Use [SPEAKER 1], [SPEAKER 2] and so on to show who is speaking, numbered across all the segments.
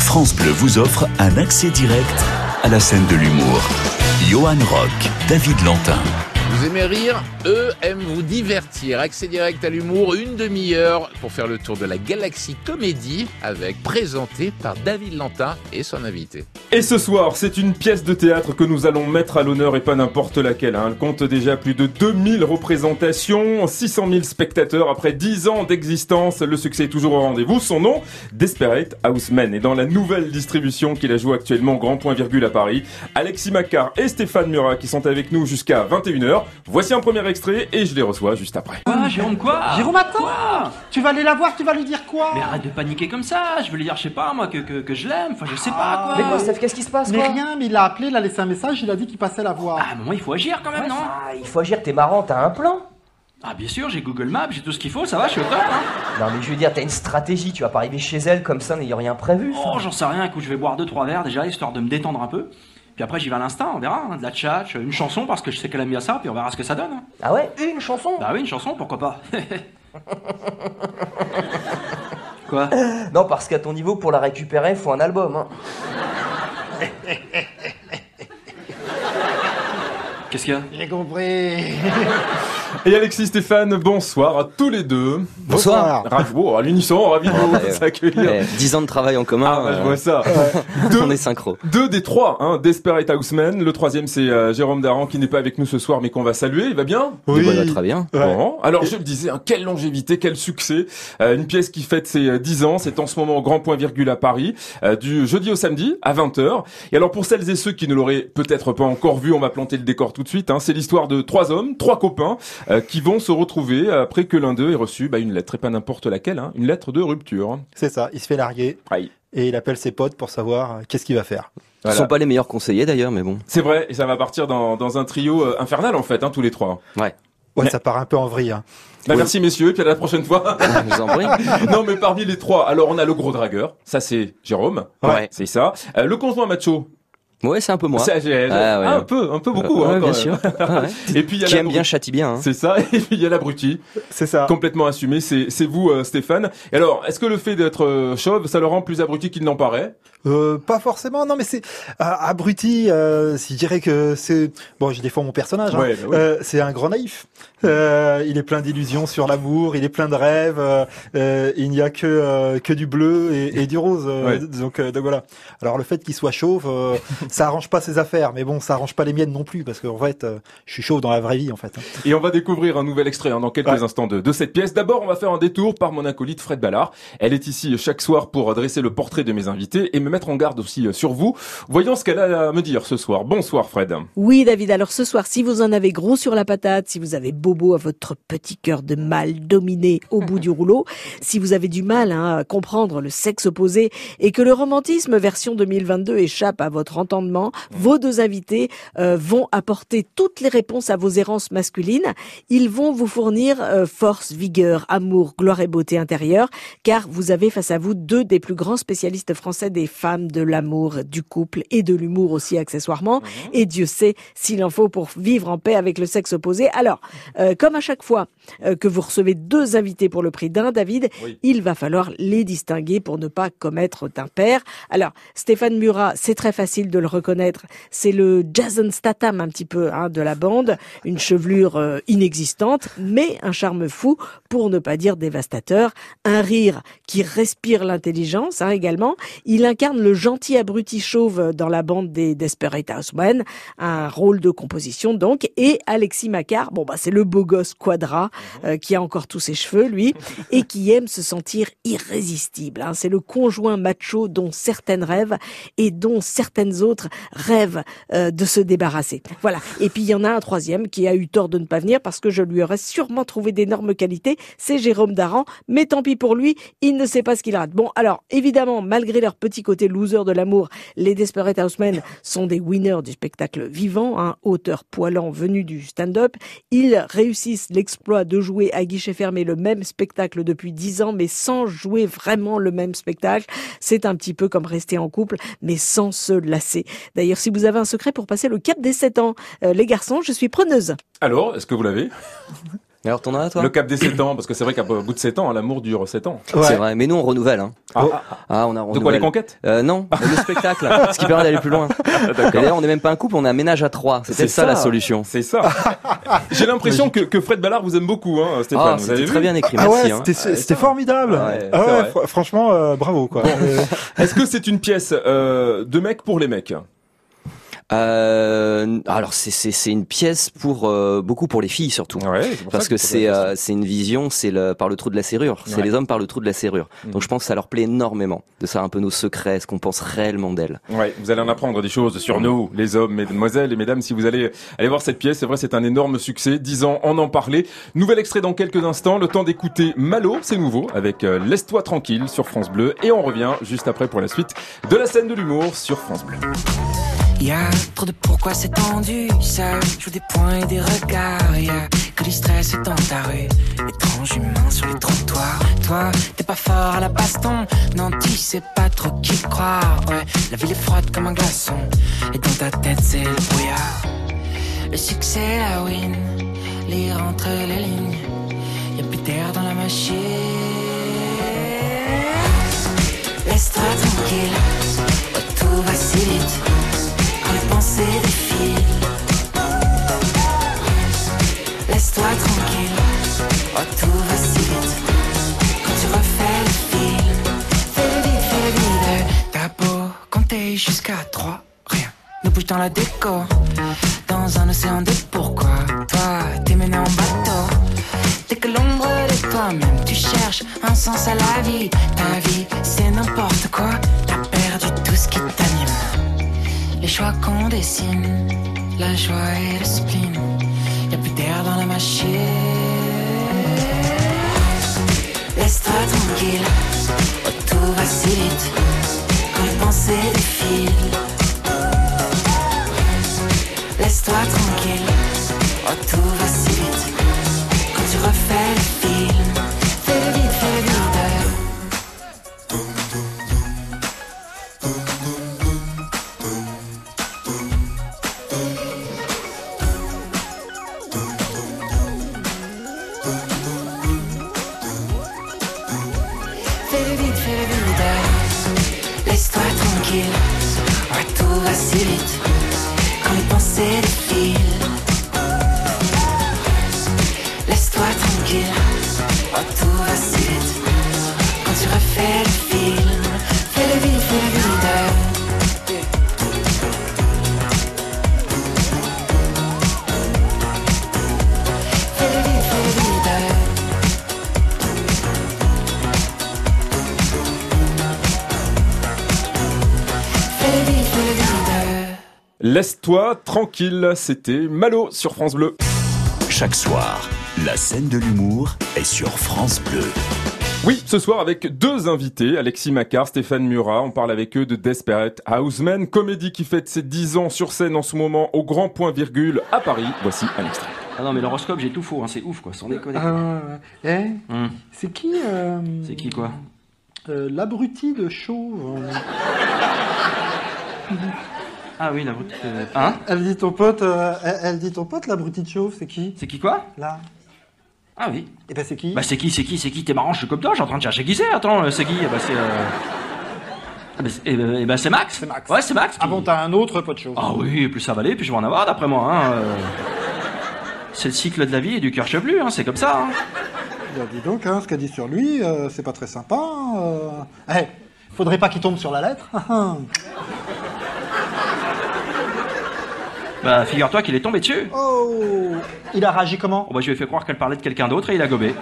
[SPEAKER 1] France Bleu vous offre un accès direct à la scène de l'humour. Johan Rock, David Lantin.
[SPEAKER 2] Vous aimez rire Eux aiment vous divertir. Accès direct à l'humour, une demi-heure pour faire le tour de la galaxie comédie avec présenté par David Lantin et son invité.
[SPEAKER 3] Et ce soir, c'est une pièce de théâtre que nous allons mettre à l'honneur et pas n'importe laquelle. hein. Elle compte déjà plus de 2000 représentations, 600 000 spectateurs après 10 ans d'existence. Le succès est toujours au rendez-vous. Son nom, Desperate Houseman. Et dans la nouvelle distribution qu'il a joué actuellement au Grand Point Virgule à Paris, Alexis Macquart et Stéphane Murat qui sont avec nous jusqu'à 21h. Voici un premier extrait et je les reçois juste après.
[SPEAKER 4] Ah, Jérôme quoi
[SPEAKER 5] Jérôme, attends
[SPEAKER 4] Quoi
[SPEAKER 5] Tu vas aller la voir, tu vas lui dire quoi
[SPEAKER 4] Mais arrête de paniquer comme ça, je veux lui dire, je sais pas moi, que, que, que je l'aime, enfin je sais pas quoi
[SPEAKER 6] Mais quoi, Steph, qu'est-ce qui se passe,
[SPEAKER 5] Mais
[SPEAKER 6] quoi
[SPEAKER 5] rien, mais il a appelé, il a laissé un message, il a dit qu'il passait la voir.
[SPEAKER 4] Ah, à un moment il faut agir quand même, non
[SPEAKER 6] Ah, il faut agir, t'es marrant, t'as un plan
[SPEAKER 4] Ah, bien sûr, j'ai Google Maps, j'ai tout ce qu'il faut, ça va, je suis au top, hein
[SPEAKER 6] Non, mais je veux dire, t'as une stratégie, tu vas pas arriver chez elle comme ça, n'ayant rien prévu.
[SPEAKER 4] Oh, j'en sais rien, écoute, je vais boire deux trois verres déjà, histoire de me détendre un peu. Puis après, j'y vais à l'instinct, on verra, hein, de la tchatche, une chanson, parce que je sais qu'elle aime bien ça, puis on verra ce que ça donne. hein.
[SPEAKER 6] Ah ouais, une chanson
[SPEAKER 4] Bah oui, une chanson, pourquoi pas Quoi
[SPEAKER 6] Non, parce qu'à ton niveau, pour la récupérer, faut un album. Hein.
[SPEAKER 4] Qu'est-ce qu'il y a
[SPEAKER 5] J'ai compris.
[SPEAKER 3] Et Alexis Stéphane, bonsoir à tous les deux.
[SPEAKER 7] Bonsoir.
[SPEAKER 3] Ravi, oh, à l'unisson, ravi de vous accueillir.
[SPEAKER 7] Eh, 10 ans de travail en
[SPEAKER 3] Ah,
[SPEAKER 7] commun,
[SPEAKER 3] bah, je
[SPEAKER 7] euh,
[SPEAKER 3] vois ça.
[SPEAKER 7] on
[SPEAKER 3] Deux,
[SPEAKER 7] est synchro.
[SPEAKER 3] deux des trois, hein, Desperate Houseman. Le troisième, c'est euh, Jérôme Daran qui n'est pas avec nous ce soir, mais qu'on va saluer. Il va bien
[SPEAKER 7] Oui. Bah, très bien.
[SPEAKER 3] Bon. Alors je le disais, hein, quelle longévité, quel succès. Euh, une pièce qui fête ses euh, 10 ans, c'est en ce moment au Grand Point Virgule à Paris, euh, du jeudi au samedi à 20h. Et alors pour celles et ceux qui ne l'auraient peut-être pas encore vu, on va planter le décor tout de suite. hein. c'est l'histoire de trois hommes, trois copains, euh, qui vont se retrouver après que l'un d'eux ait reçu bah, une lettre, et pas n'importe laquelle, hein, une lettre de rupture.
[SPEAKER 8] C'est ça, il se fait larguer
[SPEAKER 3] Aïe.
[SPEAKER 8] et il appelle ses potes pour savoir euh, qu'est-ce qu'il va faire.
[SPEAKER 7] Ce
[SPEAKER 3] Voilà.
[SPEAKER 7] sont pas les meilleurs conseillers d'ailleurs, mais bon.
[SPEAKER 3] C'est vrai, et ça va partir dans, dans un trio euh, infernal en fait, hein, tous les trois.
[SPEAKER 8] Ouais,
[SPEAKER 3] Mais-
[SPEAKER 8] ça part un peu en vrille. hein.
[SPEAKER 3] Bah,
[SPEAKER 7] Oui.
[SPEAKER 3] Merci messieurs, et puis à la prochaine fois.
[SPEAKER 7] Je vous en prie.
[SPEAKER 3] non mais parmi les trois, alors on a le gros dragueur, ça c'est Jérôme.
[SPEAKER 7] Ouais.
[SPEAKER 3] C'est ça. Euh, le conjoint macho,
[SPEAKER 7] Ouais, c'est un peu moi.
[SPEAKER 3] c'est AGL.
[SPEAKER 7] Ah, ouais.
[SPEAKER 3] un peu, un peu beaucoup.
[SPEAKER 7] Ouais,
[SPEAKER 3] hein, quand
[SPEAKER 7] bien
[SPEAKER 3] même.
[SPEAKER 7] sûr. Ah, ouais.
[SPEAKER 3] Et puis il y a
[SPEAKER 7] Qui aime
[SPEAKER 3] l'abruti.
[SPEAKER 7] bien châtie bien. hein.
[SPEAKER 3] C'est ça. Et puis il y a l'abruti,
[SPEAKER 8] C'est ça.
[SPEAKER 3] complètement assumé. C'est c'est vous, euh, Stéphane. Et alors, est-ce que le fait d'être euh, chauve, ça le rend plus abruti qu'il n'en paraît
[SPEAKER 8] Euh, pas forcément, non, mais c'est ah, abruti. Euh, si je dirais que c'est bon, je défends mon personnage. hein.
[SPEAKER 3] Ouais, bah oui.
[SPEAKER 8] Euh, c'est un grand naïf. Euh, il est plein d'illusions sur l'amour, il est plein de rêves. euh, euh, il n'y a que euh, que du bleu et, et du rose. euh,
[SPEAKER 3] Ouais.
[SPEAKER 8] donc, euh, donc voilà. Alors le fait qu'il soit chauve, euh, ça arrange pas ses affaires, mais bon, ça arrange pas les miennes non plus parce qu'en fait, euh, je suis chauve dans la vraie vie en fait. hein.
[SPEAKER 3] Et on va découvrir un nouvel extrait hein, dans quelques
[SPEAKER 8] Ouais.
[SPEAKER 3] instants de, de cette pièce. D'abord, on va faire un détour par mon acolyte Fred Ballard. Elle est ici chaque soir pour dresser le portrait de mes invités et me mettre en garde aussi euh, sur vous. Voyons ce qu'elle a à me dire ce soir. Bonsoir, Fred.
[SPEAKER 9] Oui, David, alors ce soir, si vous en avez gros sur la patate, si vous avez bobo à votre petit cœur de mâle dominé au bout du rouleau, si vous avez du mal hein, à comprendre le sexe opposé et que le romantisme version 2022 échappe à votre entendement, vos deux invités euh, vont apporter toutes les réponses à vos errances masculines. Ils vont vous fournir euh, force, vigueur, amour, gloire et beauté intérieure, car vous avez face à vous deux des plus grands spécialistes français des femmes, de l'amour, du couple et de l'humour aussi accessoirement. Et Dieu sait s'il en faut pour vivre en paix avec le sexe opposé. Alors, euh, comme à chaque fois euh, que vous recevez deux invités pour le prix d'un, David,
[SPEAKER 3] Oui.
[SPEAKER 9] il va falloir les distinguer pour ne pas commettre d'impair. Alors, Stéphane Murat, c'est très facile de le reconnaître. C'est le Jason Statham un petit peu hein, de la bande, une chevelure euh, inexistante, mais un charme fou, pour ne pas dire dévastateur, un rire qui respire l'intelligence hein, également. Il incarne le gentil abruti chauve dans la bande des Desperate Housemen, un rôle de composition donc. Et Alexis Macquart, bon bah c'est le beau gosse quadra euh, qui a encore tous ses cheveux lui et qui aime se sentir irrésistible. hein. C'est le conjoint macho dont certaines rêvent et dont certaines autres rêvent euh, de se débarrasser. Voilà. Et puis il y en a un troisième qui a eu tort de ne pas venir parce que je lui aurais sûrement trouvé d'énormes qualités. C'est Jérôme Daran. Mais tant pis pour lui, il ne sait pas ce qu'il rate. Bon, alors évidemment, malgré leur petit côté loser de l'amour, les Desperate Housemen sont des winners du spectacle vivant, hein, un auteur poilant venu du stand-up. Ils réussissent l'exploit de jouer à guichet fermé le même spectacle depuis 10 ans, mais sans jouer vraiment le même spectacle. C'est un petit peu comme rester en couple, mais sans se lasser. D'ailleurs, si vous avez un secret pour passer le cap des 7 ans, euh, les garçons, je suis preneuse.
[SPEAKER 3] Alors, est-ce que vous l'avez
[SPEAKER 7] Alors t'en as toi
[SPEAKER 3] Le cap des 7 ans, parce que c'est vrai qu'à bout de 7 ans, hein, l'amour dure 7 ans.
[SPEAKER 7] C'est
[SPEAKER 8] Ouais.
[SPEAKER 7] vrai, mais nous on renouvelle. Hein.
[SPEAKER 3] Ah,
[SPEAKER 7] Ah, on a
[SPEAKER 3] de quoi les
[SPEAKER 7] renouvelle.
[SPEAKER 3] conquêtes
[SPEAKER 7] Euh, non, le spectacle, ce qui permet d'aller plus loin.
[SPEAKER 3] Ah,
[SPEAKER 7] Et d'ailleurs, on n'est même pas un couple, on a un ménage à trois. C'est
[SPEAKER 3] C'est
[SPEAKER 7] peut-être ça,
[SPEAKER 3] ça. Oh,
[SPEAKER 7] la solution.
[SPEAKER 3] C'est ça. J'ai l'impression que, que Fred Ballard vous aime beaucoup, hein, Stéphane.
[SPEAKER 7] Ah,
[SPEAKER 3] vous
[SPEAKER 7] c'était
[SPEAKER 3] avez
[SPEAKER 7] très
[SPEAKER 3] vu
[SPEAKER 7] bien écrit,
[SPEAKER 8] Ah
[SPEAKER 7] merci.
[SPEAKER 8] ouais,
[SPEAKER 7] hein.
[SPEAKER 8] c'était c'était formidable.
[SPEAKER 7] Ah ouais,
[SPEAKER 8] Ah
[SPEAKER 3] c'est
[SPEAKER 8] ouais,
[SPEAKER 3] vrai.
[SPEAKER 8] fr- franchement, euh, bravo quoi. Euh,
[SPEAKER 3] Est-ce que c'est une pièce euh, de mecs pour les mecs
[SPEAKER 7] Euh, alors c'est c'est c'est une pièce pour euh, beaucoup pour les filles surtout.
[SPEAKER 3] Ouais, c'est pour
[SPEAKER 7] Parce
[SPEAKER 3] ça
[SPEAKER 7] que
[SPEAKER 3] je pose
[SPEAKER 7] c'est
[SPEAKER 3] la question.
[SPEAKER 7] euh, c'est une vision, c'est le par le trou de la serrure. C'est
[SPEAKER 3] Ouais. Mhm.
[SPEAKER 7] les hommes par le trou de la serrure. Donc je pense que ça leur plaît énormément de savoir un peu nos secrets, ce qu'on pense réellement d'elles.
[SPEAKER 3] Ouais, vous allez en apprendre des choses sur nous, les hommes, mesdemoiselles et mesdames, si vous allez aller voir cette pièce. C'est vrai, c'est un énorme succès. 10 ans, on en parlait. Nouvel extrait dans quelques instants. Le temps d'écouter Malo, c'est nouveau, avec euh, Laisse-toi tranquille sur France Bleu. Et on revient juste après pour la suite de la scène de l'humour sur France Bleu.
[SPEAKER 9] Y a trop de pourquoi c'est tendu, ça joue des points et des regards. Y a que du stress dans ta rue, étrange humain sur les trottoirs. Toi, t'es pas fort à la baston, non, tu sais pas trop qui croire. Ouais, la ville est froide comme un glaçon, et dans ta tête c'est le brouillard. Le succès, la win, lire entre les lignes, y a plus d'air dans la machine. Laisse-toi tranquille, ouais, tout va si vite. Quand les pensées défilent Laisse-toi tranquille Oh tout va si vite Quand tu refais le fil Fais vite, fais vite Euh, T'as beau compter jusqu'à 3 Rien ne bouge dans la déco Dans un océan de pourquoi Toi t'es mené en bateau Dès que l'ombre de toi-même Tu cherches un sens à la vie Ta vie c'est n'importe quoi T'as perdu tout ce qui t'anime les choix qu'on dessine, la joie et le spleen. Y'a plus d'air dans la machine. Laisse-toi tranquille, oh, tout va si vite. Quand les pensées défilent. Laisse-toi tranquille, oh, tout va si vite. Quand tu refais le film, fais vite, fais vite. Fais-le vite, fais-le vite. Laisse-toi tranquille. Ouais, tout va si vite. Quand les pensées défilent. Laisse-toi tranquille. Ouais, tout va si vite. Quand tu refais le film. Fais-le vite, fais-le vite. hein. Fais-le vite, fais-le vite. hein. Fais-le vite, hein. fais-le vite.
[SPEAKER 3] Laisse-toi tranquille, c'était Malo sur France Bleu.
[SPEAKER 1] Chaque soir, la scène de l'humour est sur France Bleu.
[SPEAKER 3] Oui, ce soir avec deux invités, Alexis Macquart, Stéphane Murat, on parle avec eux de Desperate Houseman, comédie qui fête ses 10 ans sur scène en ce moment au grand point virgule à Paris. Voici un extrait.
[SPEAKER 4] Ah non, mais l'horoscope, j'ai tout faux, hein, c'est ouf quoi, sans déconner.
[SPEAKER 5] Euh, eh,
[SPEAKER 6] Hmm.
[SPEAKER 4] Hum,
[SPEAKER 5] c'est qui euh,
[SPEAKER 4] c'est qui quoi
[SPEAKER 5] euh, L'abruti de chauve.
[SPEAKER 4] Ah oui, la brute. euh, Hein
[SPEAKER 5] Elle dit ton pote, euh, elle, elle dit ton pote, l'abruti de chauve, c'est qui
[SPEAKER 4] C'est qui quoi
[SPEAKER 5] Là.
[SPEAKER 4] Ah oui.
[SPEAKER 5] Et ben c'est qui
[SPEAKER 4] Bah c'est qui, c'est qui, c'est qui T'es marrant, je suis comme toi, je suis en train de chercher qui c'est. Attends, euh, c'est qui Eh Bah c'est. euh, Ah bah, c'est- eh ben- eh ben, c'est Max.
[SPEAKER 5] C'est Max.
[SPEAKER 4] Ouais, c'est Max.
[SPEAKER 5] Ah
[SPEAKER 4] qui-
[SPEAKER 5] bon, t'as un autre pote chauve.
[SPEAKER 4] Ah oui, plus ça va aller, plus je vais en avoir, d'après moi. Hein. euh. C'est le cycle de la vie et du cœur chevelu, hein, c'est comme ça. Hein.
[SPEAKER 5] Bien, dis donc, hein, ce qu'elle dit sur lui, euh, c'est pas très sympa. hein, euh. Eh, faudrait pas qu'il tombe sur la lettre.
[SPEAKER 4] Bah, figure-toi qu'il est tombé dessus.
[SPEAKER 5] oh Il a réagi comment
[SPEAKER 4] Bon, bah, je lui ai fait croire qu'elle parlait de quelqu'un d'autre et il a gobé.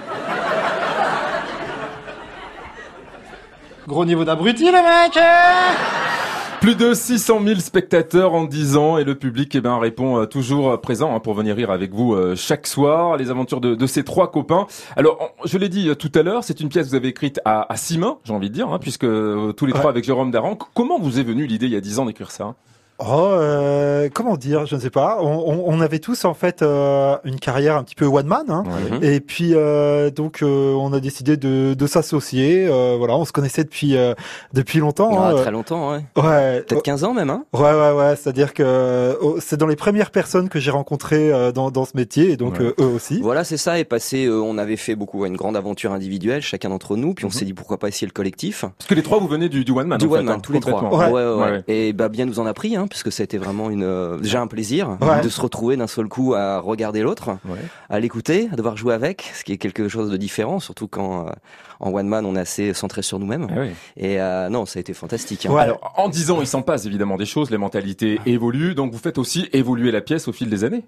[SPEAKER 5] Gros niveau d'abruti, le mec eh
[SPEAKER 3] Plus de 600 000 spectateurs en 10 ans et le public eh ben, répond euh, toujours euh, présent hein, pour venir rire avec vous euh, chaque soir. Les aventures de, de ces trois copains. Alors, on- je l'ai dit euh, tout à l'heure, c'est une pièce que vous avez écrite à, à six mains, j'ai envie de dire, hein, puisque euh, tous les trois avec Jérôme Daran. C- Comment vous est venue l'idée il y a 10 ans d'écrire ça hein
[SPEAKER 8] Oh, euh, comment dire, je ne sais pas. On, on- on avait tous en fait euh, une carrière un petit peu one man,
[SPEAKER 3] Ah
[SPEAKER 8] hein.
[SPEAKER 7] Mhm. Mmh.
[SPEAKER 2] Ouais.
[SPEAKER 8] et puis euh, donc euh, on a décidé de, de s'associer. euh, voilà, on se connaissait depuis euh, depuis longtemps.
[SPEAKER 7] Ah,
[SPEAKER 8] hein,
[SPEAKER 7] très
[SPEAKER 8] euh,
[SPEAKER 7] longtemps, ouais.
[SPEAKER 8] Ouais. oh,
[SPEAKER 7] Peut-être 15 ans même, hein.
[SPEAKER 8] Ouais, ouais, ouais. C'est-à-dire que oh, c'est dans les premières personnes que j'ai rencontrées euh, dans, dans ce métier, et donc
[SPEAKER 7] Ouais.
[SPEAKER 8] euh, eux aussi.
[SPEAKER 7] Voilà, c'est ça. Et passé, euh, on avait fait beaucoup ouais, une grande aventure individuelle, chacun d'entre nous.
[SPEAKER 8] Mhm.
[SPEAKER 7] Puis on s'est dit pourquoi pas essayer le collectif.
[SPEAKER 3] Parce que les trois, vous venez du, du One Man.
[SPEAKER 7] Du
[SPEAKER 3] en fait,
[SPEAKER 7] one man,
[SPEAKER 3] hein,
[SPEAKER 7] tous les trois.
[SPEAKER 3] complètement.
[SPEAKER 7] Ouais, ouais, ouais.
[SPEAKER 3] Ouais, ouais.
[SPEAKER 7] Et bah bien nous en a pris, hein, puisque ça a été vraiment une, euh, déjà un plaisir
[SPEAKER 3] Ouais.
[SPEAKER 7] de se retrouver d'un seul coup à regarder l'autre, à l'écouter, à devoir jouer avec, ce qui est quelque chose de différent, surtout quand euh, en one man on est assez centré sur nous-mêmes. Et euh, non, ça a été fantastique. hein.
[SPEAKER 3] Alors, en 10 ans, il s'en passe évidemment des choses, les mentalités évoluent, donc vous faites aussi évoluer la pièce au fil des années.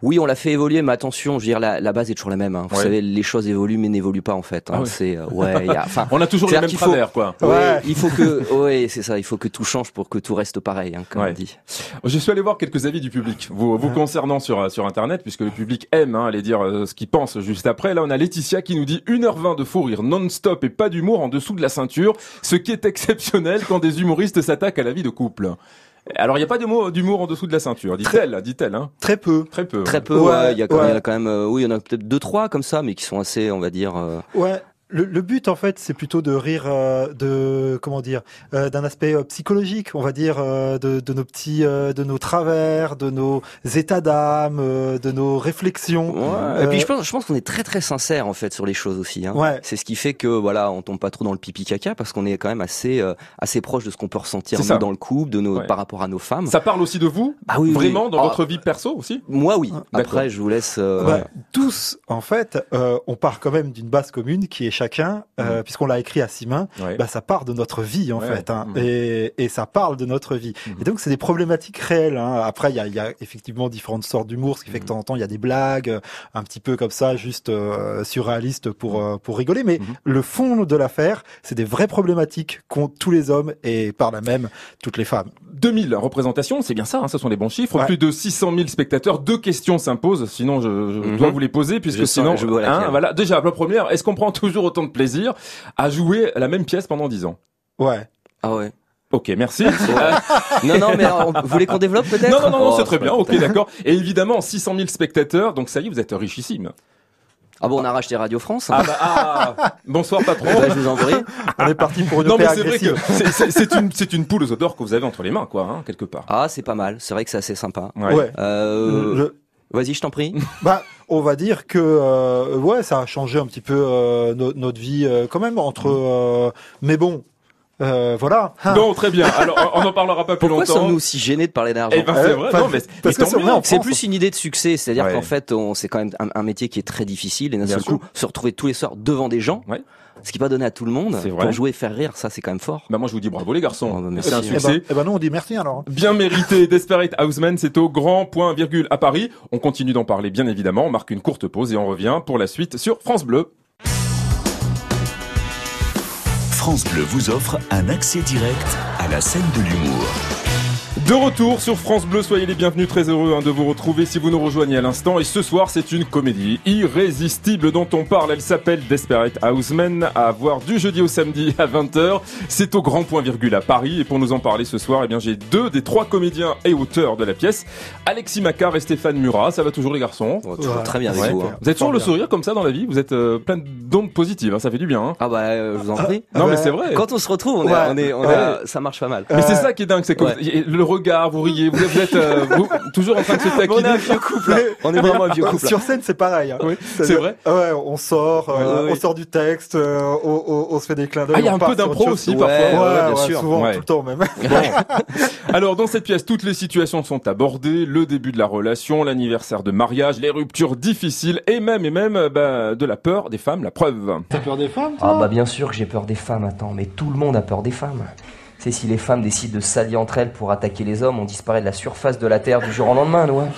[SPEAKER 7] Oui, on l'a fait évoluer, mais attention, je veux dire, la, la base est toujours la même. hein. Vous
[SPEAKER 3] Ouais.
[SPEAKER 7] savez, les choses évoluent, mais n'évoluent pas en fait. hein.
[SPEAKER 3] Ah ouais.
[SPEAKER 7] C'est euh, ouais, il y a- enfin,
[SPEAKER 3] On a toujours les
[SPEAKER 7] c'est-à-dire
[SPEAKER 3] mêmes
[SPEAKER 7] qu'il faut-
[SPEAKER 3] travers, quoi.
[SPEAKER 7] Ouais,
[SPEAKER 3] Ouais.
[SPEAKER 7] Il faut que, ouais, c'est ça. Il faut que tout change pour que tout reste pareil, hein, comme on dit.
[SPEAKER 3] Je suis allé voir quelques avis du public vous,
[SPEAKER 7] Ah.
[SPEAKER 3] vous concernant sur, euh, sur Internet, puisque le public aime hein, aller dire euh, ce qu'il pense juste après. Là, on a Laetitia qui nous dit 1h20 de fou rire non-stop et pas d'humour en dessous de la ceinture, ce qui est exceptionnel quand des humoristes s'attaquent à la vie de couple. Alors, il n'y a pas d'humour d'humour en dessous de la ceinture, dit-elle, dit-elle. Hein.
[SPEAKER 8] Très peu.
[SPEAKER 3] Très peu.
[SPEAKER 7] Très peu. ouais, Il y a quand il y en a quand même, euh, oui, il y en a peut-être deux trois comme ça, mais qui sont assez, on va dire. euh,
[SPEAKER 8] Ouais. Le, le but, en fait, c'est plutôt de rire euh, de comment dire euh, d'un aspect euh, psychologique, on va dire, euh, de, de nos petits, euh, de nos travers, de nos états d'âme, euh, de nos réflexions.
[SPEAKER 7] Ouais. Et puis
[SPEAKER 8] Euh,
[SPEAKER 7] je pense, je pense qu'on est très très sincère en fait sur les choses aussi. hein.
[SPEAKER 8] Ouais.
[SPEAKER 7] C'est ce qui fait que voilà, on tombe pas trop dans le pipi caca parce qu'on est quand même assez euh, assez proche de ce qu'on peut ressentir
[SPEAKER 3] C'est
[SPEAKER 7] nous,
[SPEAKER 3] ça.
[SPEAKER 7] dans le couple, de nos
[SPEAKER 3] Ouais.
[SPEAKER 7] par rapport à nos femmes.
[SPEAKER 3] Ça parle aussi de vous
[SPEAKER 7] Ah oui, oui.
[SPEAKER 3] Vraiment, dans
[SPEAKER 7] Ah.
[SPEAKER 3] votre vie perso aussi
[SPEAKER 7] Moi, oui.
[SPEAKER 3] D'accord.
[SPEAKER 7] Après, je vous laisse. euh,
[SPEAKER 8] bah, tous, en fait, euh, on part quand même d'une base commune qui est chacun,
[SPEAKER 7] Mm.
[SPEAKER 8] euh, puisqu'on l'a écrit à six mains.
[SPEAKER 3] Ouais.
[SPEAKER 8] Bah, ça part de notre vie, en
[SPEAKER 3] Ouais. Mmh.
[SPEAKER 8] fait, hein,
[SPEAKER 3] Mhm.
[SPEAKER 8] et, et ça parle de notre vie. Et donc, c'est des problématiques réelles. hein. Après, il y a, il y a effectivement différentes sortes d'humour, ce qui fait
[SPEAKER 3] Mmh.
[SPEAKER 8] que de temps en temps, il y a des blagues, euh, un petit peu comme ça, juste euh, surréaliste pour
[SPEAKER 3] Mmh.
[SPEAKER 8] euh, pour rigoler. Mais le fond de l'affaire, c'est des vraies problématiques qu'ont tous les hommes et par là même toutes les femmes.
[SPEAKER 3] 2000 représentations, c'est bien ça, hein, ce sont des bons chiffres. Plus de 600 000 spectateurs, deux questions s'imposent, sinon je, je
[SPEAKER 7] Mhm.
[SPEAKER 3] dois vous les poser,
[SPEAKER 7] Je
[SPEAKER 3] puisque
[SPEAKER 7] sens-
[SPEAKER 3] sinon...
[SPEAKER 7] je vois laquelle.
[SPEAKER 3] hein, voilà. Déjà, la première, est-ce qu'on prend toujours autant de plaisir à jouer la même pièce pendant 10 ans
[SPEAKER 8] Ouais.
[SPEAKER 7] Ah ouais.
[SPEAKER 3] Ok, merci.
[SPEAKER 7] non, non, mais alors, vous voulez qu'on développe peut-être
[SPEAKER 3] Non, non, non, non,
[SPEAKER 7] Oh,
[SPEAKER 3] c'est très
[SPEAKER 7] c'est
[SPEAKER 3] bien,
[SPEAKER 7] pas-
[SPEAKER 3] ok, d'accord. Et évidemment, 600 000 spectateurs, donc ça y est, vous êtes richissime.
[SPEAKER 7] Ah bon, on a racheté Radio France.
[SPEAKER 3] Ah bah, ah, bonsoir patron.
[SPEAKER 7] Bah, je vous en prie.
[SPEAKER 8] On est parti pour une
[SPEAKER 3] non,
[SPEAKER 8] OP
[SPEAKER 3] mais c'est vrai que
[SPEAKER 8] agressive.
[SPEAKER 3] c'est- c'est c'est une, c'est une poule aux odeurs que vous avez entre les mains, quoi, hein, quelque part.
[SPEAKER 7] Ah, c'est pas mal. C'est vrai que c'est assez sympa.
[SPEAKER 3] Ouais.
[SPEAKER 8] Ouais.
[SPEAKER 7] Euh,
[SPEAKER 8] Le-
[SPEAKER 7] Vas-y, je t'en prie.
[SPEAKER 8] Bah, on va dire que euh, ouais, ça a changé un petit peu euh, no- notre vie euh, quand même entre.
[SPEAKER 3] Mm.
[SPEAKER 8] euh, mais bon, euh, voilà. Hein.
[SPEAKER 3] Non, très bien. Alors, on n'en parlera pas plus
[SPEAKER 7] Pourquoi
[SPEAKER 3] longtemps.
[SPEAKER 7] sommes-nous aussi gênés de parler d'argent
[SPEAKER 3] Eh ben, c'est vrai,
[SPEAKER 7] Parce-
[SPEAKER 3] non, mais-
[SPEAKER 7] parce
[SPEAKER 3] mais
[SPEAKER 7] que
[SPEAKER 3] tant
[SPEAKER 7] c'est-
[SPEAKER 3] mieux.
[SPEAKER 7] c'est plus une idée de succès, c'est-à-dire
[SPEAKER 3] Ouais.
[SPEAKER 7] qu'en fait, on, c'est quand même un, un métier qui est très difficile et d'un
[SPEAKER 3] Bien
[SPEAKER 7] seul
[SPEAKER 3] sûr.
[SPEAKER 7] coup, se retrouver tous les soirs devant des gens, ce qui n'est pas donné à tout le monde,
[SPEAKER 3] C'est vrai.
[SPEAKER 7] pour jouer, faire rire, ça c'est quand même fort. Oh,
[SPEAKER 3] Bah moi je vous dis bravo les garçons.
[SPEAKER 7] merci.
[SPEAKER 3] c'est un
[SPEAKER 8] Eh
[SPEAKER 3] succès.
[SPEAKER 8] ben, eh ben nous on dit merci alors.
[SPEAKER 3] Bien mérité, Desperate Houseman, c'est au grand point virgule à Paris. On continue d'en parler bien évidemment, on marque une courte pause et on revient pour la suite sur France Bleu.
[SPEAKER 1] France Bleu vous offre un accès direct à la scène de l'humour.
[SPEAKER 3] De retour sur France Bleu, soyez les bienvenus, très heureux hein, de vous retrouver si vous nous rejoignez à l'instant. Et ce soir, c'est une comédie irrésistible dont on parle. Elle s'appelle Desperate Houseman, à voir du jeudi au samedi à 20h. C'est au grand point virgule à Paris. Et pour nous en parler ce soir, eh bien, j'ai deux des trois comédiens et auteurs de la pièce, Alexis Macquart et Stéphane Murat. Ça va toujours les garçons
[SPEAKER 7] toujours Ouais. très bien avec vous, hein.
[SPEAKER 3] Vous êtes toujours le
[SPEAKER 7] Formidable.
[SPEAKER 3] sourire comme ça dans la vie Vous êtes euh, plein d'ondes positives, hein, ça fait du bien.
[SPEAKER 7] Ah bah, je vous en prie.
[SPEAKER 3] Non mais c'est vrai.
[SPEAKER 7] Quand on se retrouve, on est-
[SPEAKER 3] Ouais.
[SPEAKER 7] on est- on est-
[SPEAKER 3] Ouais.
[SPEAKER 7] ça marche pas mal.
[SPEAKER 8] Euh,
[SPEAKER 3] Mais c'est ça qui est dingue, c'est que
[SPEAKER 7] Ouais.
[SPEAKER 3] y- le regard, vous riez, vous vous êtes euh, vous- toujours en train de se taquiner.
[SPEAKER 8] On est un vieux
[SPEAKER 7] couple. là. On est vraiment un vieux couple.
[SPEAKER 8] Sur scène, c'est pareil. hein.
[SPEAKER 3] c'est vrai.
[SPEAKER 8] Ouais, on sort, euh,
[SPEAKER 3] Ouais, ouais.
[SPEAKER 8] on sort du texte, euh, on, on- on se fait des clins d'œil.
[SPEAKER 3] Ah, il y a
[SPEAKER 8] on
[SPEAKER 3] un
[SPEAKER 8] part
[SPEAKER 3] peu
[SPEAKER 8] sur autre
[SPEAKER 3] d'impro
[SPEAKER 8] chose.
[SPEAKER 3] aussi
[SPEAKER 8] Ouais,
[SPEAKER 3] parfois.
[SPEAKER 8] ouais,
[SPEAKER 3] bien
[SPEAKER 8] ouais,
[SPEAKER 3] sûr.
[SPEAKER 8] souvent,
[SPEAKER 3] Ouais.
[SPEAKER 8] tout le temps même.
[SPEAKER 3] Alors dans cette pièce, toutes les situations sont abordées le début de la relation, l'anniversaire de mariage, les ruptures difficiles et même et même euh, bah, de la peur des femmes, la preuve.
[SPEAKER 5] T'as peur des femmes
[SPEAKER 6] Ah
[SPEAKER 5] toi
[SPEAKER 6] bah bien sûr que j'ai peur des femmes, attends, mais tout le monde a peur des femmes. Tu sais, si les femmes décident de s'allier entre elles pour attaquer les hommes, on disparaît de la surface de la Terre du jour au lendemain, nous. hein.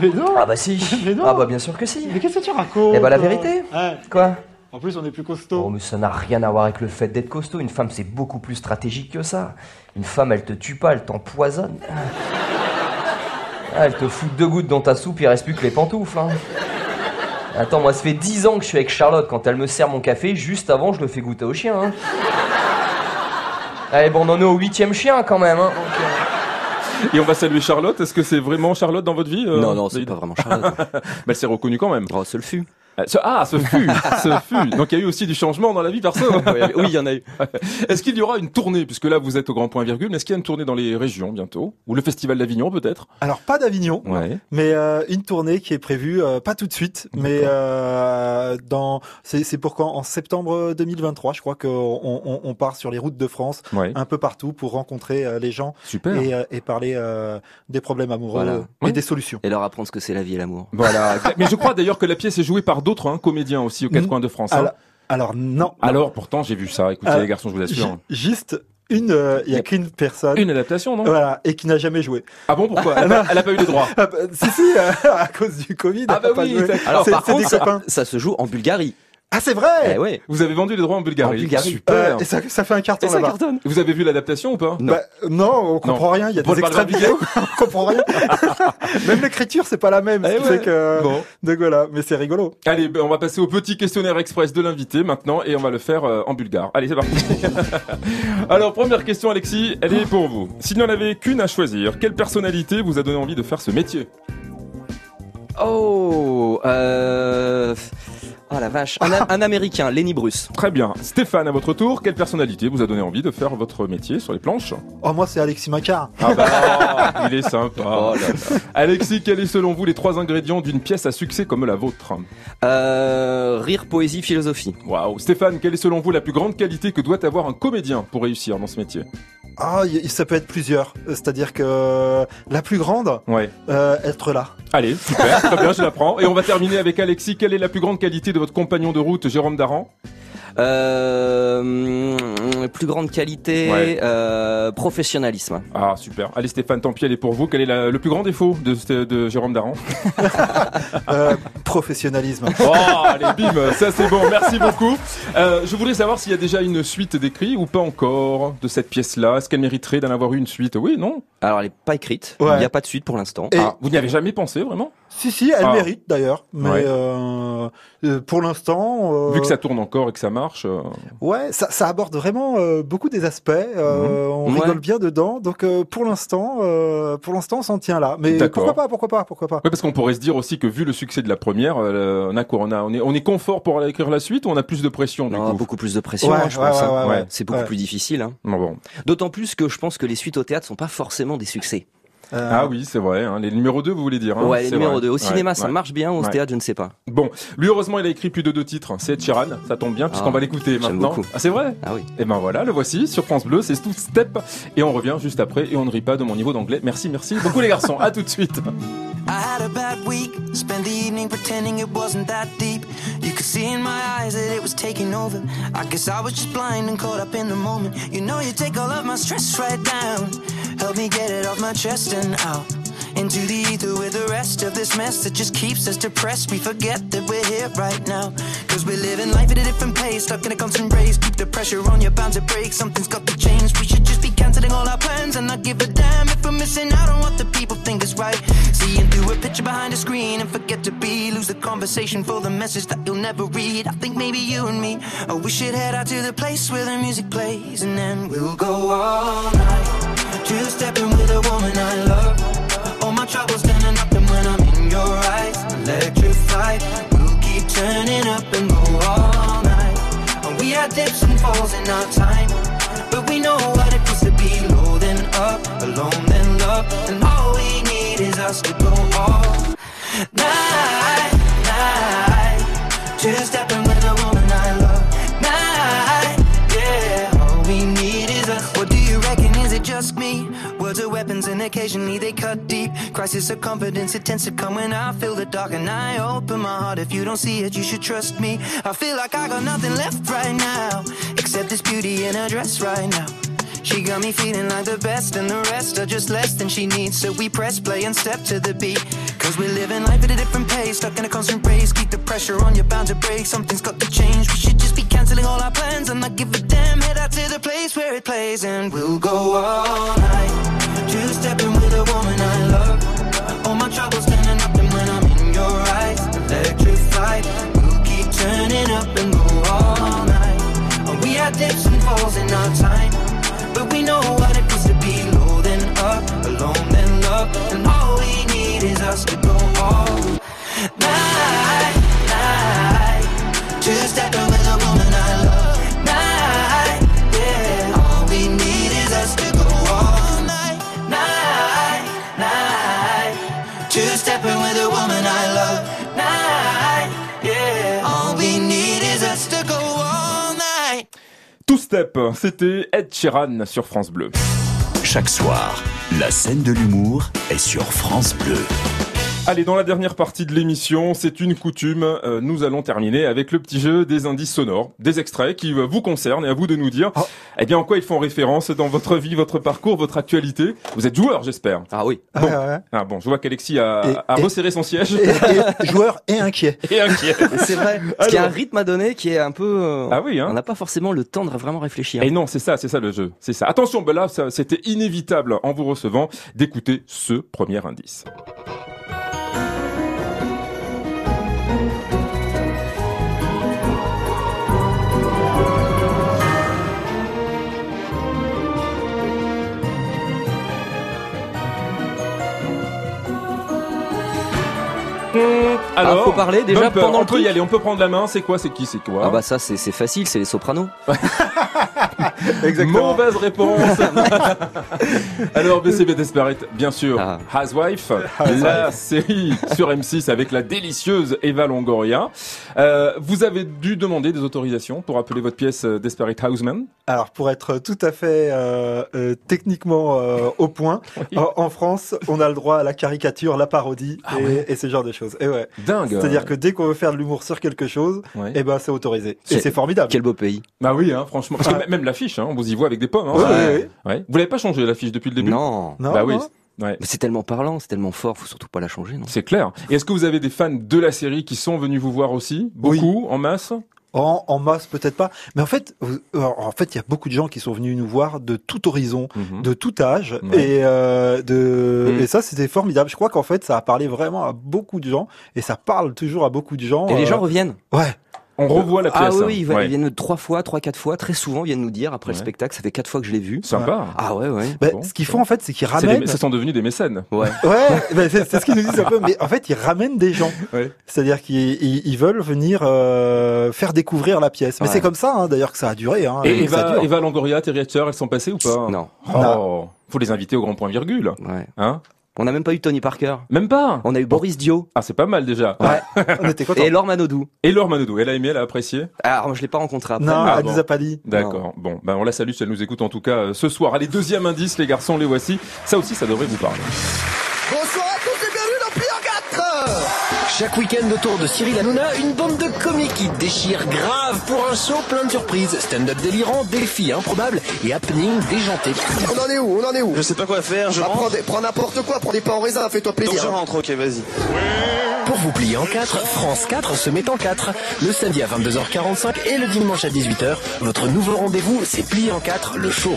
[SPEAKER 5] Mais non
[SPEAKER 6] Ah bah si Ah bah bien sûr que si
[SPEAKER 5] Mais qu'est-ce que tu racontes
[SPEAKER 6] Eh bah la
[SPEAKER 5] euh
[SPEAKER 6] vérité
[SPEAKER 5] Ouais.
[SPEAKER 6] Quoi
[SPEAKER 5] En plus, on est plus costaud.
[SPEAKER 6] Oh mais ça n'a rien à voir avec le fait d'être costaud, une femme c'est beaucoup plus stratégique que ça. Une femme elle te tue pas, elle t'empoisonne. Ah, elle te fout deux gouttes dans ta soupe, il reste plus que les pantoufles. hein. Attends, moi ça fait dix ans que je suis avec Charlotte, quand elle me sert mon café, juste avant je le fais goûter au chien. hein. Allez bon on en est au huitième chien quand même. hein. Donc, euh,
[SPEAKER 3] Et on va saluer Charlotte. Est-ce que c'est vraiment Charlotte dans votre vie euh,
[SPEAKER 7] Non, non, c'est
[SPEAKER 3] David
[SPEAKER 7] pas vraiment Charlotte.
[SPEAKER 3] bah, c'est reconnu quand même.
[SPEAKER 7] ce le fut.
[SPEAKER 3] ce, ah, ce fut, ce fut. Donc il y a eu aussi du changement dans la vie perso.
[SPEAKER 7] oui, il y en a eu.
[SPEAKER 3] Est-ce qu'il y aura une tournée, puisque là vous êtes au grand point virgule, mais est-ce qu'il y a une tournée dans les régions bientôt Ou le festival d'Avignon peut-être
[SPEAKER 8] Alors pas d'Avignon,
[SPEAKER 3] Ouais.
[SPEAKER 8] mais euh, une tournée qui est prévue, euh, pas tout de suite, mais euh, dans c'est c'est pour quand En septembre 2023, je crois qu'on on, on part sur les routes de France,
[SPEAKER 3] Ouais.
[SPEAKER 8] un peu partout pour rencontrer euh, les gens
[SPEAKER 3] Super.
[SPEAKER 8] et, euh, et parler euh, des problèmes amoureux
[SPEAKER 7] Voilà.
[SPEAKER 8] et des solutions.
[SPEAKER 7] Et leur apprendre ce que c'est la vie et l'amour.
[SPEAKER 3] Voilà. mais je crois d'ailleurs que la pièce est jouée par d'autres hein, comédiens aussi aux quatre
[SPEAKER 8] Mm.
[SPEAKER 3] coins de France. hein.
[SPEAKER 8] Alors, alors non,
[SPEAKER 3] Alors pourtant j'ai vu ça. Écoutez
[SPEAKER 8] Euh,
[SPEAKER 3] les garçons, je vous assure.
[SPEAKER 8] ju- juste une, euh, il y
[SPEAKER 3] Y a
[SPEAKER 8] a qu'une personne. euh,
[SPEAKER 3] Une adaptation, non
[SPEAKER 8] Voilà, et qui n'a jamais joué.
[SPEAKER 3] Ah bon, pourquoi elle,
[SPEAKER 8] Ah,
[SPEAKER 3] a-
[SPEAKER 8] non.
[SPEAKER 3] elle a pas eu les droits.
[SPEAKER 8] Ah, bah, si, si, euh, à cause du Covid.
[SPEAKER 3] Ah bah
[SPEAKER 8] elle a pas
[SPEAKER 3] oui,
[SPEAKER 8] joué.
[SPEAKER 3] d'accord.
[SPEAKER 7] Alors
[SPEAKER 8] C'est-
[SPEAKER 7] par
[SPEAKER 8] c'est des
[SPEAKER 7] contre, ça,
[SPEAKER 8] copains.
[SPEAKER 7] ça se joue en Bulgarie.
[SPEAKER 8] Ah, c'est vrai
[SPEAKER 7] Eh ouais.
[SPEAKER 3] Vous avez vendu les droits en Bulgarie.
[SPEAKER 7] En Bulgarie.
[SPEAKER 3] Ah Super.
[SPEAKER 8] Euh, Et ça, ça fait un carton
[SPEAKER 7] Et ça
[SPEAKER 8] là-bas.
[SPEAKER 7] cartonne.
[SPEAKER 3] Vous avez vu l'adaptation ou pas
[SPEAKER 8] Bah, Non. on comprend rien. Il y a
[SPEAKER 3] On peut
[SPEAKER 8] des
[SPEAKER 3] le parler
[SPEAKER 8] extraits vidéo, on comprend rien. Même l'écriture, c'est pas la même.
[SPEAKER 3] Eh
[SPEAKER 8] ce qui
[SPEAKER 3] ouais.
[SPEAKER 8] fait que...
[SPEAKER 3] Bon.
[SPEAKER 8] Donc voilà, mais c'est rigolo.
[SPEAKER 3] Allez, ben, on va passer au petit questionnaire express de l'invité maintenant et on va le faire euh, en bulgare. Allez, c'est parti. Alors, première question, Alexis, elle est pour vous. S'il n'y en avait qu'une à choisir, quelle personnalité vous a donné envie de faire ce métier
[SPEAKER 7] Oh, euh... oh la vache. Un, un américain, Lenny Bruce.
[SPEAKER 3] Très bien. Stéphane, à votre tour, quelle personnalité vous a donné envie de faire votre métier sur les planches
[SPEAKER 8] Oh, moi, c'est Alexis Macard.
[SPEAKER 3] Ah bah, il est sympa.
[SPEAKER 7] Oh là là.
[SPEAKER 3] Alexis, quels sont selon vous les trois ingrédients d'une pièce à succès comme la vôtre
[SPEAKER 7] Euh, rire, poésie, philosophie.
[SPEAKER 3] Waouh. Stéphane, quelle est selon vous la plus grande qualité que doit avoir un comédien pour réussir dans ce métier
[SPEAKER 8] Ah, y- ça peut être plusieurs. Euh, C'est-à-dire que euh, la plus grande,
[SPEAKER 3] Ouais.
[SPEAKER 8] euh, être là.
[SPEAKER 3] Allez, super, très bien, je la prends. Et on va terminer avec Alexis. Quelle est la plus grande qualité de votre compagnon de route, Jérôme Daran
[SPEAKER 7] Euh, mm, plus grande qualité,
[SPEAKER 3] Ouais.
[SPEAKER 7] euh, professionnalisme.
[SPEAKER 3] Ah, super. Allez, Stéphane, tant pis, elle est pour vous. Quel est la- le plus grand défaut de, ce- de Jérôme Daran
[SPEAKER 8] Euh, professionnalisme.
[SPEAKER 3] Oh, allez, bim, ça c'est bon, merci beaucoup. Euh, je voulais savoir s'il y a déjà une suite d'écrits ou pas encore de cette pièce-là. Est-ce qu'elle mériterait d'en avoir une suite Oui, non
[SPEAKER 7] Alors elle est pas écrite, il
[SPEAKER 8] Ouais.
[SPEAKER 7] n'y a pas de suite pour l'instant.
[SPEAKER 8] Et-
[SPEAKER 3] Ah, Vous n'y avez jamais pensé, vraiment
[SPEAKER 8] Si, si, elle
[SPEAKER 3] Ah.
[SPEAKER 8] mérite d'ailleurs. Mais
[SPEAKER 3] Ouais.
[SPEAKER 8] euh, euh, pour l'instant. euh,
[SPEAKER 3] Vu que ça tourne encore et que ça marche. euh,
[SPEAKER 8] Ouais, ça, ça aborde vraiment euh, beaucoup des aspects.
[SPEAKER 3] Mhm.
[SPEAKER 8] euh, On
[SPEAKER 7] Ouais.
[SPEAKER 8] rigole bien dedans. Donc euh, pour l'instant, euh, pour l'instant, on s'en tient là. Mais
[SPEAKER 3] D'accord.
[SPEAKER 8] pourquoi pas, pourquoi pas, pourquoi pas.
[SPEAKER 3] Ouais, parce qu'on pourrait se dire aussi que vu le succès de la première, euh, on a quoi on, a, on, est, on est confort pour aller écrire la suite ou on a plus de pression du
[SPEAKER 7] Non,
[SPEAKER 3] coup
[SPEAKER 7] beaucoup plus de pression,
[SPEAKER 8] Ouais,
[SPEAKER 7] hein, je
[SPEAKER 8] ouais,
[SPEAKER 7] pense.
[SPEAKER 8] ouais,
[SPEAKER 7] hein.
[SPEAKER 8] ouais, ouais.
[SPEAKER 7] C'est beaucoup
[SPEAKER 8] Ouais.
[SPEAKER 7] plus difficile. hein.
[SPEAKER 3] Non, bon.
[SPEAKER 7] D'autant plus que je pense que les suites au théâtre sont pas forcément des succès.
[SPEAKER 8] Euh,
[SPEAKER 3] Ah oui, c'est vrai. hein. Les numéros 2, vous voulez dire hein,
[SPEAKER 7] ouais, les
[SPEAKER 3] c'est
[SPEAKER 7] numéros
[SPEAKER 3] vrai.
[SPEAKER 7] 2. Au
[SPEAKER 3] Ouais,
[SPEAKER 7] cinéma, ça
[SPEAKER 3] ouais.
[SPEAKER 7] marche bien, au
[SPEAKER 3] Ouais.
[SPEAKER 7] théâtre, je ne sais pas.
[SPEAKER 3] Bon, lui, heureusement, il a écrit plus de deux titres. C'est Ed Sheeran, ça tombe bien, puisqu'on
[SPEAKER 7] Ah,
[SPEAKER 3] va l'écouter
[SPEAKER 7] j'aime
[SPEAKER 3] maintenant.
[SPEAKER 7] beaucoup.
[SPEAKER 3] Ah, c'est vrai
[SPEAKER 7] Ah oui.
[SPEAKER 3] Et ben voilà, le voici sur France Bleu, c'est tout step. Et on revient juste après, et on ne rit pas de mon niveau d'anglais. Merci, merci beaucoup, les garçons. À tout de suite.
[SPEAKER 9] I had a bad week, spent the evening pretending it wasn't that deep. You could see in my eyes that it was taking over. I guess I was just blind and caught up in the moment. You know, you take all of my stress right down. Help me get it off my chest and out. Into the ether with the rest of this mess that just keeps us depressed. We forget that we're here right now. Cause we're living life at a different pace, stuck in a constant race. Keep the pressure on, you're bound to break. Something's got to change. We should just be canceling all our plans and not give a damn if we're missing out on what the people think is right. Seeing through a picture behind a screen and forget to be. Lose the conversation for the message that you'll never read. I think maybe you and me, oh, we should head out to the place where the music plays and then we'll go all night. Two stepping with a woman I love. All my troubles turning up and when I'm in your eyes, electrified. We'll keep turning up and go all night. And we had dips and falls in our time. But we know what it feels to be low then up, alone then love. And all we need is us to go all night, night. Just stepping with a woman I love. Night, yeah. All we need is us. What do you reckon? Is it just me? Words are weapons and occasionally they cut deep. Crisis of confidence, it tends to come when I feel the dark and I open my heart. If you don't see it, you should trust me. I feel like I got nothing left right now, except this beauty in her dress right now. She got me feeling like the best, and the rest are just less than she needs. So we press play and step to the beat. Cause we're living life at a different pace, stuck in a constant race. Keep the pressure on, you're bound to break. Something's got to change. We should just be canceling all our plans and not give a damn. Head out to the place where it plays, and we'll go all night. Two stepping with a woman I love. All my troubles turning up, and when I'm in your eyes, electrified. We'll keep turning up and go all night. And we had dips and falls in our time. But we know what it feels to be low then up, alone then Night, night, just that girl with a woman I love. Night, yeah, all we need is us to go all night, night, night. Two stepping with a woman I love. Night, yeah, all we need is us to go all night.
[SPEAKER 3] Two Step, c'était Ed Sheeran sur France Bleu.
[SPEAKER 1] Chaque soir, la scène de l'humour est sur France Bleu.
[SPEAKER 3] Allez, dans la dernière partie de l'émission, c'est une coutume, euh, nous allons terminer avec le petit jeu des indices sonores, des extraits qui euh, vous concernent et à vous de nous dire
[SPEAKER 7] Ah.
[SPEAKER 3] eh bien en quoi ils font référence dans votre vie, votre parcours, votre actualité. Vous êtes joueur, j'espère.
[SPEAKER 7] Ah oui.
[SPEAKER 3] Bon. Ah bon, je vois qu'Alexis a,
[SPEAKER 7] Et-
[SPEAKER 3] a
[SPEAKER 7] et-
[SPEAKER 3] resserré son siège.
[SPEAKER 7] joueur et inquiet.
[SPEAKER 3] Et inquiet.
[SPEAKER 7] C'est vrai.
[SPEAKER 3] Alors.
[SPEAKER 7] Parce qu'il y a un rythme à donner qui est un peu. euh,
[SPEAKER 3] Ah oui, hein.
[SPEAKER 7] On n'a pas forcément le temps de vraiment réfléchir.
[SPEAKER 3] Et non, c'est ça, c'est ça le jeu. C'est ça. Attention, ben là, ça- c'était inévitable en vous recevant d'écouter ce premier indice. Alors,
[SPEAKER 7] Ah, faut parler déjà
[SPEAKER 3] Bumper,
[SPEAKER 7] pendant
[SPEAKER 3] on
[SPEAKER 7] le
[SPEAKER 3] peut y
[SPEAKER 7] truc
[SPEAKER 3] aller, on peut prendre la main. C'est quoi, c'est qui, c'est quoi
[SPEAKER 7] Ah bah ça c'est c'est facile, c'est les sopranos.
[SPEAKER 3] Mauvaise réponse. Alors, BCB Desperate, bien sûr.
[SPEAKER 7] Ah.
[SPEAKER 3] Housewife, la série sur M6 avec la délicieuse Eva Longoria. Euh, vous avez dû demander des autorisations pour appeler votre pièce euh, Desperate Houseman.
[SPEAKER 8] Alors, pour être tout à fait euh, euh, techniquement euh, au point, en, en France, on a le droit à la caricature, la parodie et, et ce genre de choses. Et ouais.
[SPEAKER 3] Ah Dingue.
[SPEAKER 8] C'est-à-dire que dès qu'on veut faire de l'humour sur quelque chose,
[SPEAKER 3] Ouais.
[SPEAKER 8] eh ben c'est autorisé. Et
[SPEAKER 3] C'est-
[SPEAKER 8] c'est formidable.
[SPEAKER 7] Quel beau pays.
[SPEAKER 3] Bah oui, hein, franchement. Parce que m- même l'affiche, hein, on vous y voit avec des pommes. Hein,
[SPEAKER 8] Ouais,
[SPEAKER 3] Ça-
[SPEAKER 8] ouais,
[SPEAKER 3] Ouais. Vous l'avez pas changé l'affiche depuis le début
[SPEAKER 7] Non.
[SPEAKER 3] Bah oui. Ouais.
[SPEAKER 7] Mais C'est tellement parlant, c'est tellement fort, faut surtout pas la changer. Non
[SPEAKER 3] C'est clair. Et est-ce que vous avez des fans de la série qui sont venus vous voir aussi Beaucoup, en masse
[SPEAKER 8] En, en masse, peut-être pas. Mais en fait, vous- en fait, il y a beaucoup de gens qui sont venus nous voir de tout horizon, de tout âge,
[SPEAKER 3] Mmh. Ouais. Mmh.
[SPEAKER 8] et euh, de
[SPEAKER 7] Mhm.
[SPEAKER 8] et ça, c'était formidable. Je crois qu'en fait, ça a parlé vraiment à beaucoup de gens, et ça parle toujours à beaucoup de
[SPEAKER 3] Oh,
[SPEAKER 8] gens.
[SPEAKER 7] Et les
[SPEAKER 8] euh,
[SPEAKER 7] gens reviennent.
[SPEAKER 8] Ouais.
[SPEAKER 3] On revoit la
[SPEAKER 7] Ah
[SPEAKER 3] pièce.
[SPEAKER 7] oui,
[SPEAKER 3] hein.
[SPEAKER 7] oui, ils, va-
[SPEAKER 3] Ouais.
[SPEAKER 7] ils viennent trois fois, trois, quatre fois, très souvent, ils viennent nous dire après
[SPEAKER 3] Ouais.
[SPEAKER 7] le spectacle, ça fait quatre fois que je l'ai vu.
[SPEAKER 3] Sympa.
[SPEAKER 7] Ah ouais, ouais.
[SPEAKER 8] Ben, ce qu'ils font en fait, c'est qu'ils
[SPEAKER 3] C'est des-
[SPEAKER 8] ramènent.
[SPEAKER 3] Ça sont devenus des mécènes.
[SPEAKER 7] Ouais.
[SPEAKER 8] Ouais, ben, c'est c'est ce qu'ils nous disent un peu. Mais en fait, ils ramènent des gens.
[SPEAKER 3] Ouais.
[SPEAKER 8] C'est-à-dire qu'ils ils- ils veulent venir euh, faire découvrir la pièce. Mais
[SPEAKER 7] Ouais.
[SPEAKER 8] c'est comme ça, hein, d'ailleurs, que ça a duré. Hein,
[SPEAKER 3] Et
[SPEAKER 8] que ça
[SPEAKER 3] Eva,
[SPEAKER 8] dure.
[SPEAKER 3] Eva Longoria, Terry Hatcher, elles sont passées ou pas
[SPEAKER 7] Ah, Non.
[SPEAKER 3] Oh, faut les inviter au grand point virgule.
[SPEAKER 7] Ouais.
[SPEAKER 3] Hein
[SPEAKER 7] On n'a même pas eu Tony Parker.
[SPEAKER 3] Même pas
[SPEAKER 7] On a eu
[SPEAKER 2] Oh.
[SPEAKER 7] Boris Dio.
[SPEAKER 3] Ah, c'est pas mal déjà.
[SPEAKER 7] Ouais.
[SPEAKER 8] on était contents.
[SPEAKER 7] Et Laure Manodou.
[SPEAKER 3] Et Laure Manodou, elle a aimé, elle a apprécié
[SPEAKER 7] Alors, je l'ai pas rencontré après.
[SPEAKER 8] Non,
[SPEAKER 3] Ah,
[SPEAKER 8] elle
[SPEAKER 3] bon.
[SPEAKER 8] nous a pas dit.
[SPEAKER 3] D'accord. Bon, ben on la salue si elle nous écoute en tout cas euh, ce soir. Allez, deuxième indice, les garçons, les voici. Ça aussi, ça devrait vous parler.
[SPEAKER 2] Bonsoir à tous et bienvenue dans Pierre 4 Chaque week-end autour de Cyril Hanouna, une bande de comiques qui déchirent grave pour un show plein de surprises. Stand-up délirant, défis improbables et happening déjanté.
[SPEAKER 10] On en est où On en est où Je sais pas quoi faire, je rentre.
[SPEAKER 2] Bah, Prends n'importe quoi, prends des pains en raisin, fais-toi plaisir.
[SPEAKER 10] Donc je rentre, ok, vas-y.
[SPEAKER 2] Pour vous plier en 4, France 4 se met en 4. Le samedi à 22h45 et le dimanche à 18h, votre nouveau rendez-vous, c'est Plier en 4, le show.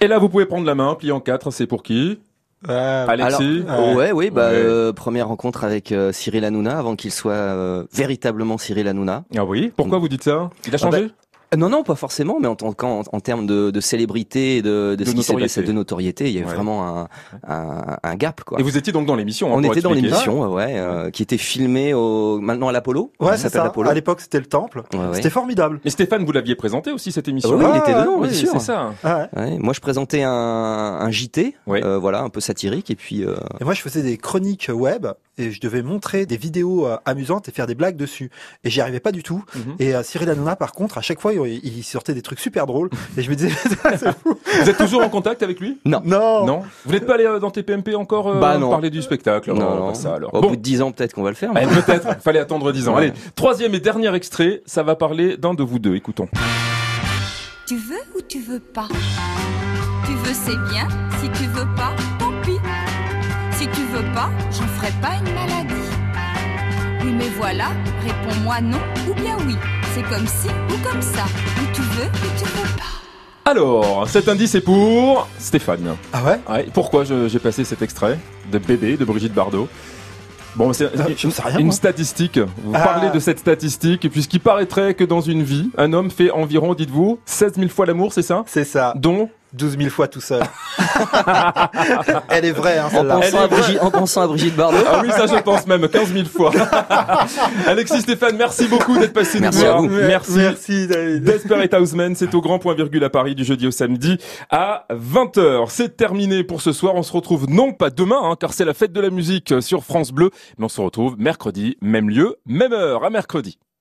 [SPEAKER 3] Et là, vous pouvez prendre la main, plier en quatre, c'est pour qui
[SPEAKER 8] Ouais.
[SPEAKER 3] Alexis
[SPEAKER 7] Alors, ouais, oui, bah,
[SPEAKER 3] Ouais.
[SPEAKER 7] euh, première rencontre avec euh, Cyril Hanouna avant qu'il soit euh, véritablement Cyril Hanouna.
[SPEAKER 3] Ah oui Pourquoi vous dites ça Il a
[SPEAKER 7] mm. Ah
[SPEAKER 3] changé
[SPEAKER 7] bah, euh, Non, non, pas forcément, mais en, tant qu'en- en termes de, de célébrité et de,
[SPEAKER 3] De
[SPEAKER 7] de ce qui s'est
[SPEAKER 3] notoriété.
[SPEAKER 7] passé de notoriété, il y a eu
[SPEAKER 3] Ouais.
[SPEAKER 7] vraiment un, un, un gap, quoi.
[SPEAKER 3] Et vous étiez donc dans l'émission. hein,
[SPEAKER 7] on
[SPEAKER 3] pour
[SPEAKER 7] était dans
[SPEAKER 3] expliquer.
[SPEAKER 7] l'émission, ouais, ouais, euh, qui était filmée au, maintenant à l'Apollo.
[SPEAKER 8] Ouais,
[SPEAKER 7] Ça
[SPEAKER 8] c'est
[SPEAKER 7] s'appelle
[SPEAKER 8] ça.
[SPEAKER 7] l'Apollo.
[SPEAKER 8] À l'époque, c'était le temple.
[SPEAKER 7] Ouais, ouais.
[SPEAKER 8] C'était formidable.
[SPEAKER 3] Mais Stéphane, vous l'aviez présenté aussi cette émission.
[SPEAKER 7] Ah oui, il était
[SPEAKER 3] Ah,
[SPEAKER 7] dedans,
[SPEAKER 3] oui,
[SPEAKER 7] bien sûr.
[SPEAKER 3] C'est ça.
[SPEAKER 8] Ah ouais.
[SPEAKER 7] Ouais, moi, je présentais un, un JT,
[SPEAKER 3] Ouais.
[SPEAKER 7] euh, voilà, un peu satirique, et puis euh,
[SPEAKER 8] Et moi, je faisais des chroniques web et je devais montrer des vidéos euh, amusantes et faire des blagues dessus. Et j'y arrivais pas du tout.
[SPEAKER 3] Mhm.
[SPEAKER 8] Et euh, Cyril Hanouna, par contre, à chaque fois, il, il sortait des trucs super drôles. et je me disais, c'est fou.
[SPEAKER 3] Vous êtes toujours en contact avec lui
[SPEAKER 8] Non.
[SPEAKER 3] Non. Vous n'êtes pas allé euh, dans TPMP encore euh,
[SPEAKER 7] Bah non.
[SPEAKER 3] parler du spectacle
[SPEAKER 7] non,
[SPEAKER 3] alors,
[SPEAKER 7] non.
[SPEAKER 3] pas ça alors.
[SPEAKER 7] au
[SPEAKER 3] Bon.
[SPEAKER 7] bout de 10 ans, peut-être qu'on va le faire.
[SPEAKER 3] Eh, peut-être, fallait attendre 10 ans.
[SPEAKER 7] Ouais.
[SPEAKER 3] Allez, troisième et dernier extrait, ça va parler d'un de vous deux, écoutons.
[SPEAKER 11] Tu veux ou tu veux pas Tu veux, c'est bien. Si tu veux pas, tant pis. Si tu veux pas, j'en ferai pas une maladie. Oui, mais voilà, réponds-moi non ou bien oui. C'est comme si ou comme ça. Ou tu veux ou tu veux pas.
[SPEAKER 3] Alors, cet indice est pour Stéphane.
[SPEAKER 8] Ah ouais
[SPEAKER 3] Ouais, pourquoi je- j'ai passé cet extrait de Bébé de Brigitte Bardot Bon, c'est
[SPEAKER 8] Ah, je ne sais rien,
[SPEAKER 3] une
[SPEAKER 8] moi.
[SPEAKER 3] statistique. Vous
[SPEAKER 8] Ah.
[SPEAKER 3] parlez de cette statistique, puisqu'il paraîtrait que dans une vie, un homme fait environ, dites-vous, 16 000 fois l'amour, c'est ça
[SPEAKER 8] C'est ça.
[SPEAKER 3] Dont
[SPEAKER 8] 12 000 fois tout seul. Elle est vraie, hein,
[SPEAKER 7] en,
[SPEAKER 8] celle-là.
[SPEAKER 7] pensant à Brigitte, en pensant à Brigitte Bardot.
[SPEAKER 3] Ah oui, ça je pense même 15 000 fois. Alexis Stéphane, merci beaucoup d'être passé
[SPEAKER 7] Merci
[SPEAKER 3] nous
[SPEAKER 7] à
[SPEAKER 3] voir.
[SPEAKER 7] vous.
[SPEAKER 3] Merci.
[SPEAKER 8] Merci David.
[SPEAKER 3] Desperate Houseman, c'est au grand point virgule à Paris du jeudi au samedi à 20h. C'est terminé pour ce soir. On se retrouve non pas demain, hein, car c'est la fête de la musique euh, sur France Bleu, mais on se retrouve mercredi, même lieu, même heure. À mercredi.